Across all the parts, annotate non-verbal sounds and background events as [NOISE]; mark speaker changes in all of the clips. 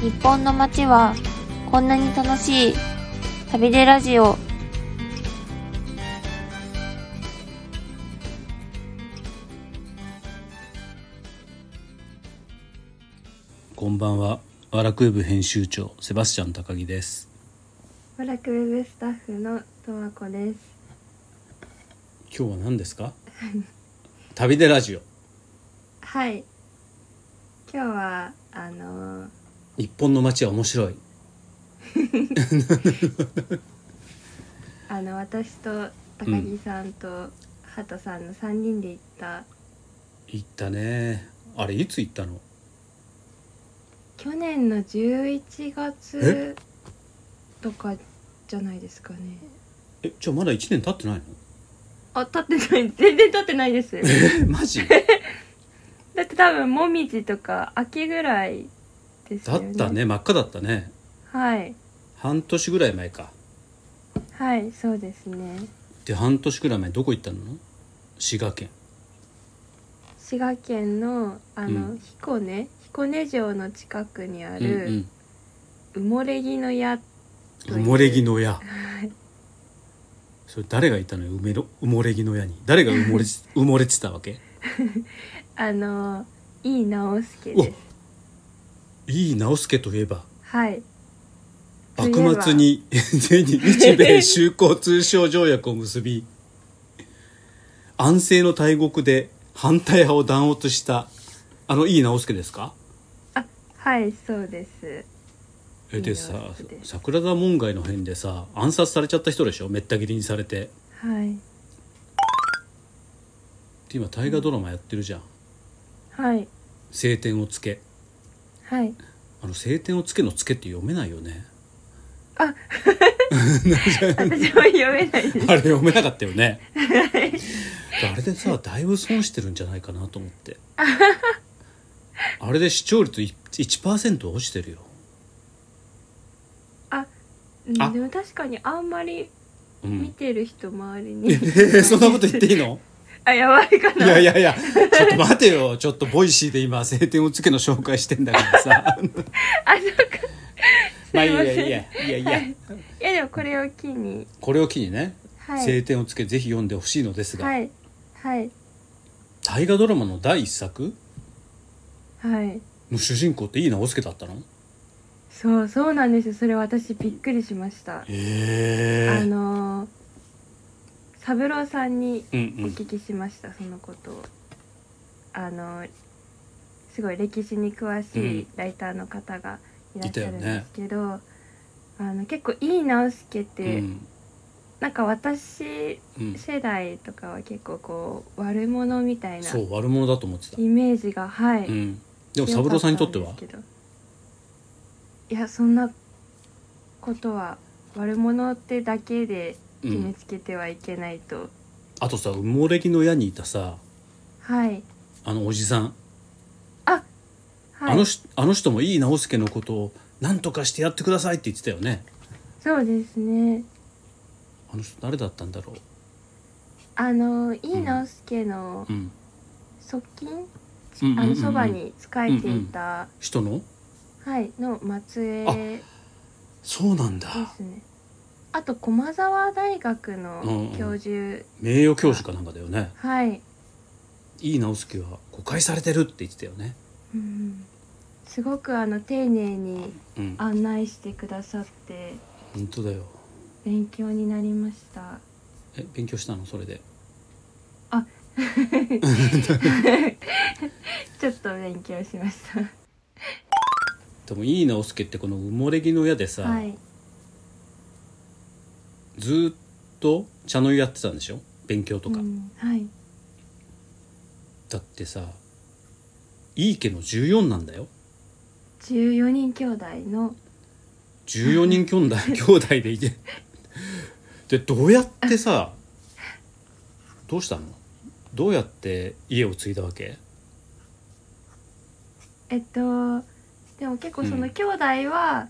Speaker 1: 日本の街はこんなに楽しい旅でラジオ
Speaker 2: こんばんは。ワラクーブ編集長セバスチャン高木です。
Speaker 3: ワラクウェブスタッフのとわこです。
Speaker 2: 今日は何ですか？ [LAUGHS] 旅でラジオ。
Speaker 3: はい。今日はあのー
Speaker 2: 日本の街は面白い。
Speaker 3: あの私と高木さんと鳩さんの三人で行った、
Speaker 2: 行ったね。あれいつ行ったの？
Speaker 3: 去年の十一月とかじゃないですかね。
Speaker 2: え、じゃあまだ一年経ってないの？
Speaker 3: あ、経ってない。全然経ってないですよ。
Speaker 2: え、マ [LAUGHS] ジ？
Speaker 3: だって多分もみじとか秋ぐらいです
Speaker 2: だ
Speaker 3: よ
Speaker 2: っ
Speaker 3: ね。
Speaker 2: た。ね。真っ赤だったね。
Speaker 3: はい。
Speaker 2: 半年ぐらい前か。
Speaker 3: はい、そうですね。
Speaker 2: で半年ぐらい前どこ行ったの？滋賀県。
Speaker 3: 滋賀県のあの、
Speaker 2: うん
Speaker 3: 彦根彦根城の近くにあ
Speaker 2: うん
Speaker 3: る、埋もれ木の矢
Speaker 2: うん。埋もれ木の矢。それ誰がいたのよ埋めろ埋もれ木の矢に誰が埋もれち埋もれてたわけ
Speaker 3: [LAUGHS] あの井伊直輔
Speaker 2: うわ
Speaker 3: です
Speaker 2: いい直輔といえば
Speaker 3: はい
Speaker 2: 幕末 [LAUGHS] に日米修好通商条約を結び安政の大国で反対派を弾圧したあの井伊直輔ですか
Speaker 3: あはいそうです
Speaker 2: え
Speaker 3: 井伊
Speaker 2: でさ
Speaker 3: 直輔です
Speaker 2: 桜田門外の辺でさ暗殺されちゃった人でしょめった切りにされて
Speaker 3: はい
Speaker 2: で今大河ドラマやってるじゃん
Speaker 3: はい
Speaker 2: 「青天を衝け [LAUGHS]
Speaker 3: はい」
Speaker 2: あの「青天を衝け」の「衝け」って読めないよね
Speaker 3: 私は読めないです
Speaker 2: あれ読めなかったよ
Speaker 3: [LAUGHS]
Speaker 2: ねあれでさだいぶ損してるんじゃないかなと思って
Speaker 3: [LAUGHS]
Speaker 2: あれで視聴率い1%落ちてるよ
Speaker 3: あ
Speaker 2: あ
Speaker 3: うんでも確かにあんまり
Speaker 2: う
Speaker 3: 見
Speaker 2: ん
Speaker 3: てる人周り
Speaker 2: え
Speaker 3: に、
Speaker 2: ーそんなこと言っていいの
Speaker 3: [LAUGHS] あやばいか
Speaker 2: い
Speaker 3: な
Speaker 2: やいやいやちょっと待てよちょっとボイシーで今「晴天をつけ」の紹介してんだから
Speaker 3: [LAUGHS]
Speaker 2: さ
Speaker 3: あそっか
Speaker 2: まあいいや
Speaker 3: すいません
Speaker 2: いいやいやいや、
Speaker 3: はいいやでもこれを機に
Speaker 2: これを機にね「
Speaker 3: は
Speaker 2: 晴
Speaker 3: い
Speaker 2: 天をつけ」ぜひ読んでほしいのですが、
Speaker 3: はいはい
Speaker 2: 大河ドラマの第一作
Speaker 3: はい
Speaker 2: の主人公っていい直輔だったの
Speaker 3: そうそうなんですよそれ私びっくりしましたあ
Speaker 2: え
Speaker 3: のー三郎さんに
Speaker 2: えうん
Speaker 3: お
Speaker 2: うん
Speaker 3: 聞きしました、そのことをあのーすごい歴史に詳
Speaker 2: う
Speaker 3: し
Speaker 2: ん
Speaker 3: いライターの方がいらっしゃるん
Speaker 2: いたよね
Speaker 3: ですけど、あの結構いい直輔って、
Speaker 2: うん
Speaker 3: なんか私
Speaker 2: うん
Speaker 3: 世代とかは結構こう悪者みたいな
Speaker 2: そう悪者だと思ってた、
Speaker 3: イメージがはい、
Speaker 2: うん、でも
Speaker 3: 強
Speaker 2: 三
Speaker 3: か
Speaker 2: 郎
Speaker 3: た
Speaker 2: さんにとっては
Speaker 3: ですけどいやそんなことは悪者ってだけで
Speaker 2: う
Speaker 3: 決め
Speaker 2: ん、
Speaker 3: つけてはいけないと、
Speaker 2: あとさ埋もれ木の矢にいたさ
Speaker 3: はい
Speaker 2: あのおじさん、
Speaker 3: はい
Speaker 2: あのしあの人もいい直輔のことを何とかしてやってくださいって言ってたよね
Speaker 3: そうですね
Speaker 2: あの人誰だったんだろ
Speaker 3: あの井伊直輔の
Speaker 2: う、うん、
Speaker 3: 側近、
Speaker 2: うんうんうんうん
Speaker 3: あのそばに仕えていた、
Speaker 2: 人の
Speaker 3: はいの松江
Speaker 2: そうなん
Speaker 3: で
Speaker 2: だ
Speaker 3: すねあと駒澤大学の
Speaker 2: うん
Speaker 3: 教授、
Speaker 2: 名誉教授かなんかだよね
Speaker 3: はい、
Speaker 2: いい直輔は誤解されてるって言ってたよね
Speaker 3: うん、すごくあの丁寧に
Speaker 2: うん
Speaker 3: 案内してくださって
Speaker 2: 本当だよ
Speaker 3: 勉強になりました
Speaker 2: え勉強したのそれで
Speaker 3: ちょっと勉強しまし
Speaker 2: でもいい直輔ってこの埋もれ木の矢でさ、
Speaker 3: たはい
Speaker 2: ずーっと茶の湯やってたんでしょ勉強とか、
Speaker 3: うんはい
Speaker 2: だってさ井伊家の14なんだよ
Speaker 3: 14人兄弟の
Speaker 2: 14人兄
Speaker 3: [LAUGHS]
Speaker 2: 弟兄弟でいてでどうやってさどうしたのどうやって家を継いだわけ
Speaker 3: えっとでも結構
Speaker 2: う
Speaker 3: そ
Speaker 2: ん
Speaker 3: の兄弟は、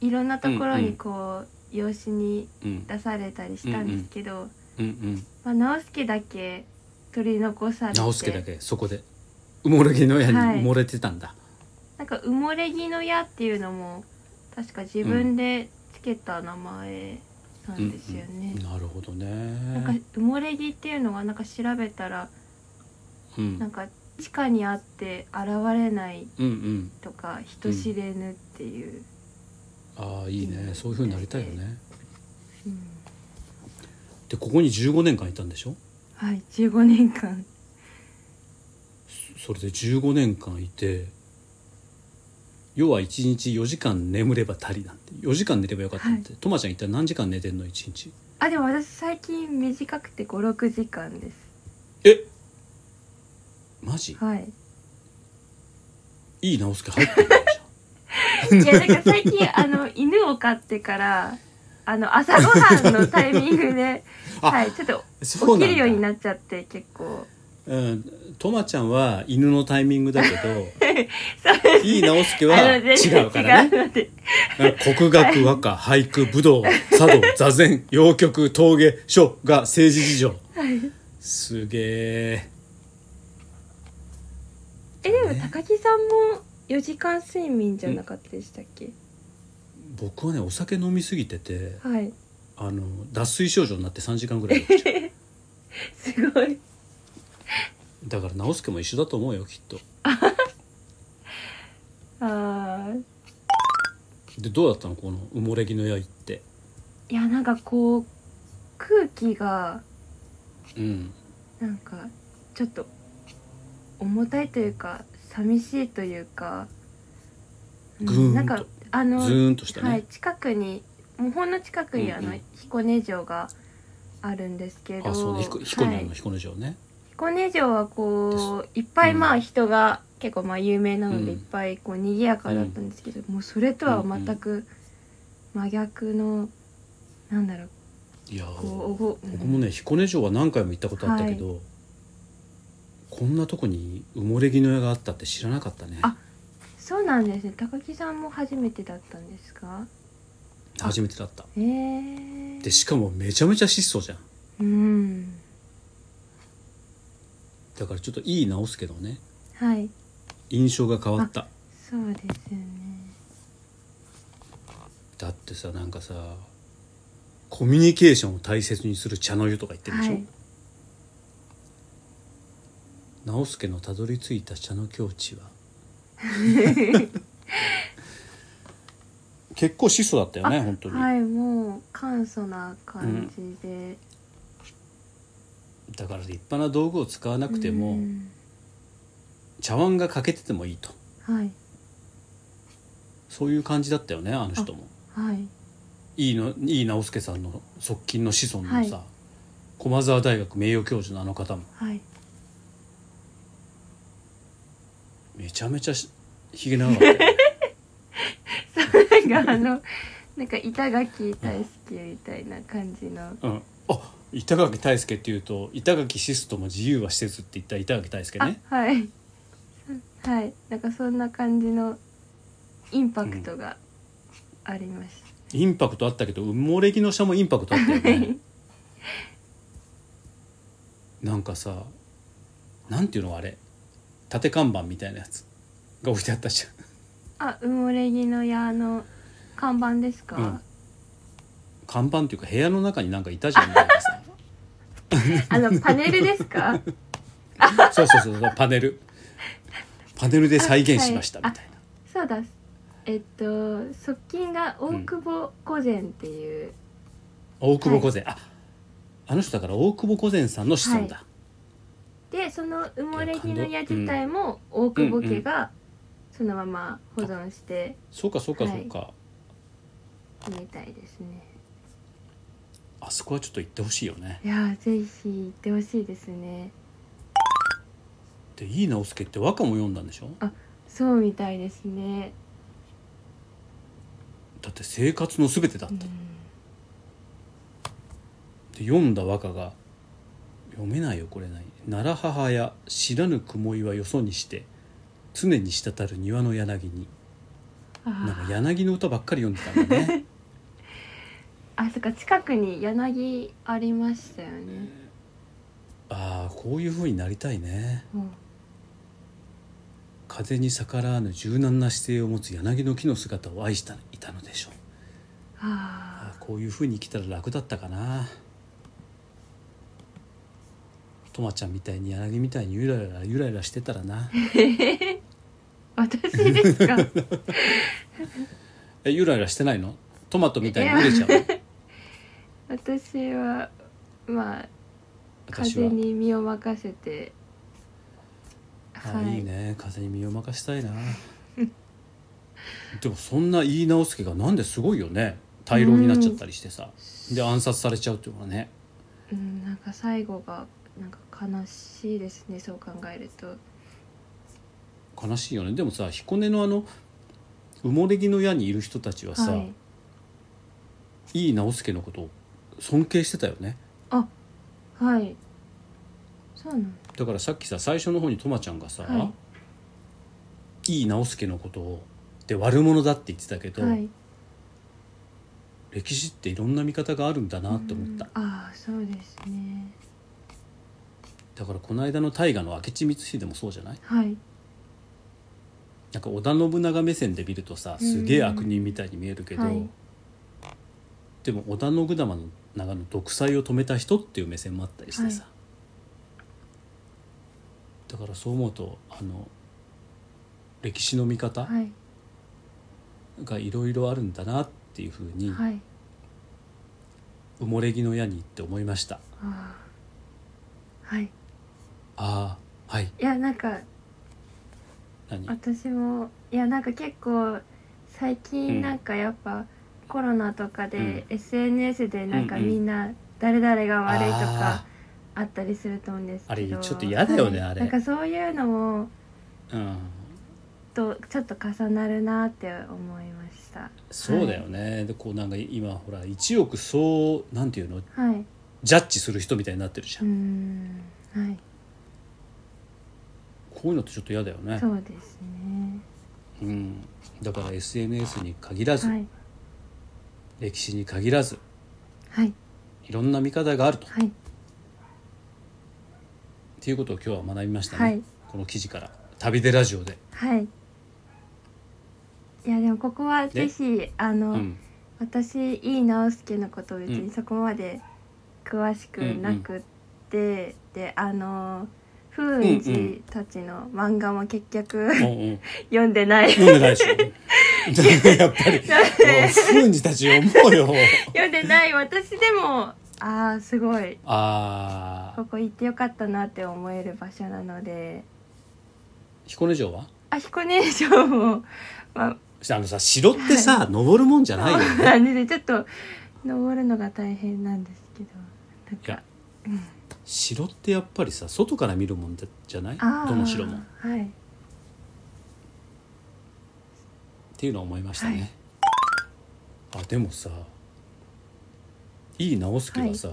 Speaker 3: いろんなところ
Speaker 2: うんうん
Speaker 3: にこう、養子に
Speaker 2: うん
Speaker 3: 出されたりしたんですけど、
Speaker 2: うんうん
Speaker 3: まあ、直輔だけ取り残されて
Speaker 2: 直輔だけそこで埋もれ木の矢に
Speaker 3: はい
Speaker 2: 埋もれてたんだ、
Speaker 3: なんか埋もれ木の矢っていうのも確か自分でつけた名前なんですよね、
Speaker 2: うんなるほど
Speaker 3: なんか
Speaker 2: ね。
Speaker 3: 埋もれ木っていうのがなんか調べたら
Speaker 2: うん、う
Speaker 3: なん
Speaker 2: ん
Speaker 3: か地下にあって現れない
Speaker 2: うん
Speaker 3: とか人知れぬっていう、
Speaker 2: ああいいねそういう風になりたいよね。
Speaker 3: うん
Speaker 2: でここに15年間いたんでしょ
Speaker 3: はい15年間 [LAUGHS]
Speaker 2: それで15年間いて要は1日4時間眠れば足りなんて4時間寝ればよかったって、トマちゃん一体何時間寝てんの1日
Speaker 3: あでも私最近短くて56時間です
Speaker 2: えマジ
Speaker 3: はい
Speaker 2: いい直輔入ってるじ
Speaker 3: いやなんか最 [LAUGHS] 近あの犬を飼ってからあの朝ごはんのタイミング [LAUGHS] で、
Speaker 2: ゃんあ、
Speaker 3: はい、ちょっと
Speaker 2: そうなんだ
Speaker 3: 起きるようになっちゃって結構
Speaker 2: うんトマちゃんは犬のタイミングだけど
Speaker 3: [LAUGHS] そうです
Speaker 2: いい直輔は
Speaker 3: あの全然
Speaker 2: 違うからね
Speaker 3: 違うので
Speaker 2: 国学和歌俳句武道茶道座禅洋曲陶芸書が政治事情すげえ
Speaker 3: えでも高木さんも4時間睡眠じゃなかったでしたっけ、
Speaker 2: 僕はねお酒飲みすぎてて
Speaker 3: はい
Speaker 2: あの脱水症状になって3時間ぐらい起きちゃう
Speaker 3: すごい
Speaker 2: だから直輔も一緒だと思うよきっと
Speaker 3: あー
Speaker 2: でどうだったのこの埋もれ木の矢行って
Speaker 3: いやなんかこう空気が
Speaker 2: うん
Speaker 3: なんかちょっと重たいというか寂しいというか、うん
Speaker 2: ぐーんと
Speaker 3: なんかあ
Speaker 2: ズ
Speaker 3: の、
Speaker 2: ーンとしたね、
Speaker 3: はい近くにもうほんの近くにあの、
Speaker 2: うんうん
Speaker 3: 彦根城があるんですけど
Speaker 2: あそうね彦彦
Speaker 3: は
Speaker 2: 根
Speaker 3: い
Speaker 2: の彦根城ね、
Speaker 3: 彦根城はこういっぱいまあ人が結構まあ有名なのでいっぱいこう賑やかだったんですけど、もうそれとは全く真逆のなんだろう
Speaker 2: い、やー
Speaker 3: こうお
Speaker 2: こ
Speaker 3: ご、
Speaker 2: こもね彦根城は何回も行ったことあったけど、こんなとこに埋もれ木の矢があったって知らなかったね
Speaker 3: あそうなんですね高木さんも初めてだったんですか
Speaker 2: 初めてだった
Speaker 3: えー、
Speaker 2: でしかもめちゃめちゃ質素じゃん
Speaker 3: うん
Speaker 2: だからちょっといい直輔のね
Speaker 3: はい
Speaker 2: 印象が変わった
Speaker 3: そうですよね
Speaker 2: だってさなんかさコミュニケーションを大切にする茶の湯とか言ってるでしょ、
Speaker 3: はい
Speaker 2: 直輔のたどり着いた茶の境地
Speaker 3: [LAUGHS]
Speaker 2: は結構質素だったよね本当に、
Speaker 3: はいもう簡素な感じで、
Speaker 2: だから立派な道具を使わなくても、
Speaker 3: うん
Speaker 2: 茶碗が欠けててもいいと
Speaker 3: はい
Speaker 2: そういう感じだったよねあの人も
Speaker 3: はい
Speaker 2: いいのいい直輔さんの側近の子孫のさ、
Speaker 3: は
Speaker 2: 駒澤大学名誉教授のあの方も [LAUGHS]
Speaker 3: はい
Speaker 2: めちゃめちゃしひげ長かったよね
Speaker 3: そうなんかあのなんか板垣大輔みたいな感じの
Speaker 2: うん、あ板垣大輔っていうと板垣シストも自由は施設って言った板垣大輔
Speaker 3: あ
Speaker 2: ね
Speaker 3: はいそはいなんかそんな感じのインパクトがありまし
Speaker 2: インパクトあったけど埋もれ木の下もインパクトあったよ
Speaker 3: た、 [LAUGHS]
Speaker 2: ねなんかさなんていうのあれ縦看板みたいなやつが置いてあったじゃん
Speaker 3: あ埋もれ木の矢の看板ですか、
Speaker 2: うん看板っていうか部屋の中になんかいたじゃんなんかさ
Speaker 3: あのパネルで
Speaker 2: [LAUGHS]
Speaker 3: すか
Speaker 2: そうそうそうそうパネルパネルで再現しましたみたいな、
Speaker 3: そうだえっと側近が大久保御前っていう、
Speaker 2: 大久保御前、ああの人だから大久保御前さんの子孫だ、
Speaker 3: でその埋もれ木の矢自体も大久保家がそのまま保存して
Speaker 2: そうかそうかそうか、
Speaker 3: みたいですね、
Speaker 2: あそこはちょっと行ってほしいよね
Speaker 3: いやーぜひ行ってほしいですね
Speaker 2: でいい直輔って和歌も読んだんでしょ
Speaker 3: そうみたいですね、
Speaker 2: だって生活の全てだって、
Speaker 3: うん
Speaker 2: で読んだ和歌が読めないよこれない「奈良母や知らぬ雲いはよそにして常に滴る庭の柳に」なん
Speaker 3: あ
Speaker 2: か
Speaker 3: ー
Speaker 2: 柳の歌ばっかり読んでたんだ
Speaker 3: [LAUGHS]
Speaker 2: ね
Speaker 3: あそっか近くに柳ありましたよね、
Speaker 2: ああこういう風になりたいね
Speaker 3: うん
Speaker 2: 風に逆らわぬ柔軟な姿勢を持つ柳の木の姿を愛していたのでしょう
Speaker 3: あ
Speaker 2: ああこういうふうに生きたら楽だったかなとまちゃんみたいに柳みたいにゆらゆらゆらゆらしてたらな
Speaker 3: あ私ですか
Speaker 2: えゆらゆらしてないのトマトみたいに折れちゃう
Speaker 3: [LAUGHS] 私はまあ
Speaker 2: 私
Speaker 3: 風
Speaker 2: は
Speaker 3: に身を任せて
Speaker 2: あいいね風に身を任したいな [LAUGHS] でもそんな井伊直輔がなんですごいよね大老になっちゃったりしてさで暗殺されちゃうっていうのはね
Speaker 3: うん、なんか最後がなんか悲しいですねそう考えると
Speaker 2: 悲しいよねでもさ彦根のあの埋もれ木の矢にいる人たちはさ、
Speaker 3: はい
Speaker 2: 井伊直輔のことを尊敬してたよね
Speaker 3: はいそうなの
Speaker 2: だからさっきさ最初の方にとまちゃんがさ、
Speaker 3: はい
Speaker 2: 井伊直輔のことをで悪者だって言ってたけど、
Speaker 3: はい
Speaker 2: 歴史っていろんな見方があるんだなって思った、
Speaker 3: うんああそうですね
Speaker 2: だからこの間の大河の明智光秀でもそうじゃない
Speaker 3: はい
Speaker 2: なんか織田信長目線で見るとさすげえ悪人みたいに見えるけど、
Speaker 3: うんはい
Speaker 2: でも織田信長の長の独裁を止めた人っていう目線もあったりしてさ、
Speaker 3: は
Speaker 2: だからそう思うとあの歴史の見方
Speaker 3: はい
Speaker 2: がいろいろあるんだなっていうふうに、
Speaker 3: はい
Speaker 2: 埋もれ木の矢にって思いました
Speaker 3: ああはいい
Speaker 2: ああはい
Speaker 3: やなんか
Speaker 2: 何
Speaker 3: 私もいやなんか結構
Speaker 2: う
Speaker 3: 最
Speaker 2: ん
Speaker 3: 近なんかやっぱ、コロナとかで、SNS でなんか
Speaker 2: うんうん
Speaker 3: みんな誰々が悪いとか
Speaker 2: あ
Speaker 3: あったりすると思うんですけど
Speaker 2: あれちょっと嫌だよね
Speaker 3: はい
Speaker 2: あれ
Speaker 3: なんかそういうのも
Speaker 2: ーうん
Speaker 3: とちょっと重なるなって思いました
Speaker 2: そうだよね、でこうなんか今ほら一億総なんていうの
Speaker 3: はい
Speaker 2: ジャッジする人みたいになってるじゃ、
Speaker 3: うんんはい
Speaker 2: こういうのってちょっと嫌だよね
Speaker 3: そうですね
Speaker 2: うん、だから SNS に限らず、
Speaker 3: はい
Speaker 2: 歴史に限らず
Speaker 3: はい
Speaker 2: いろんな見方があると、
Speaker 3: はい
Speaker 2: っていうことを今日は学びましたね、
Speaker 3: はい
Speaker 2: この記事から「旅でラジオで」
Speaker 3: はいいやでもここはぜひあの、
Speaker 2: うん、
Speaker 3: 私井伊直輔のこと別
Speaker 2: うん
Speaker 3: にそこまで詳しくなくって、であの風雲寺たちの漫画も結局、
Speaker 2: うんうん
Speaker 3: [LAUGHS] 読んでない
Speaker 2: 飲んでないでしょやっぱりもう不運児たち思うよ
Speaker 3: [LAUGHS] 読んでない私でもああすごい
Speaker 2: あ
Speaker 3: こ
Speaker 2: ー
Speaker 3: こ行ってよかったなって思える場所なので
Speaker 2: 彦根城は
Speaker 3: あ彦根城も、 [LAUGHS] まあ、
Speaker 2: あのさ城ってさ、登るもんじゃないよね
Speaker 3: なんでちょっと登るのが大変なんですけどなん
Speaker 2: いや
Speaker 3: か
Speaker 2: 城ってやっぱりさ外から見るもんじゃじゃない
Speaker 3: あー
Speaker 2: どの城もっ
Speaker 3: はい
Speaker 2: ていうのは思いましたね、あでもさ井伊直輔がさ、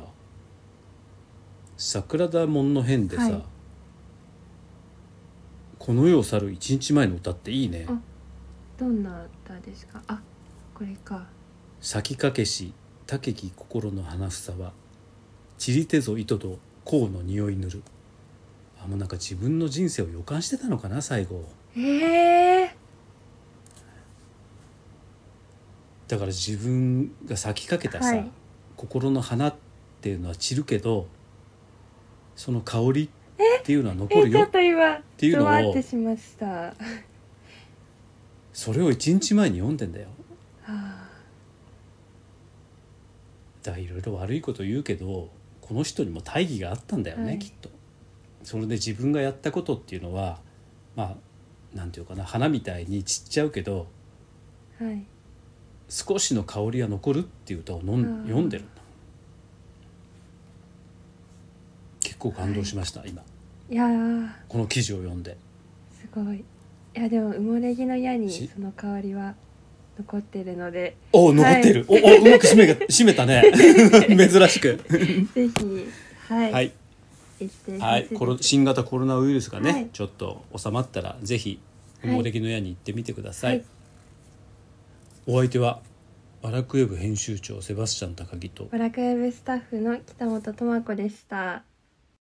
Speaker 2: 桜田門の変でさ、
Speaker 3: はい
Speaker 2: この世を去る一日前の歌」っていいね
Speaker 3: あどんな歌ですかあこれか
Speaker 2: 「咲きかけし竹き心の花房は散りてぞ糸と甲の匂いぬる」あもうなんか自分の人生を予感してたのかな最後。
Speaker 3: ええ
Speaker 2: だから自分が咲きかけたさ、
Speaker 3: はい
Speaker 2: 心の花っていうのは散るけどその香りっていうのは残
Speaker 3: え
Speaker 2: る
Speaker 3: ちょ
Speaker 2: よ
Speaker 3: っと今
Speaker 2: ていうのを
Speaker 3: ゾワってしましたは
Speaker 2: それを一日前に読んでんだよ
Speaker 3: あ
Speaker 2: だからいろいろ悪いこと言うけどこの人にも大義があったんだよね、
Speaker 3: はい
Speaker 2: きっとそれで自分がやったことっていうのはまあなんていうかな花みたいに散っちゃうけど
Speaker 3: はい
Speaker 2: 少しの香りが残るっていう歌をのん
Speaker 3: うん
Speaker 2: 読んでるんだ結構感動しました、今
Speaker 3: いやー
Speaker 2: この記事を読んで。
Speaker 3: すごいいやでも埋もれ木の矢に
Speaker 2: し
Speaker 3: その香りは残ってるので
Speaker 2: お残ってる、おおうまく締
Speaker 3: [LAUGHS]
Speaker 2: めが締めたね珍しく
Speaker 3: ぜひはい、
Speaker 2: はい
Speaker 3: 行って
Speaker 2: はいコロ新型コロナウイルスがね、
Speaker 3: はい
Speaker 2: ちょっと収まったらぜひ
Speaker 3: はい
Speaker 2: 埋もれ木の矢に行ってみてください、
Speaker 3: はい
Speaker 2: お相手はアラクウェブ編集長セバスチャン高木と
Speaker 3: バラクエブスタッフの北本智子でした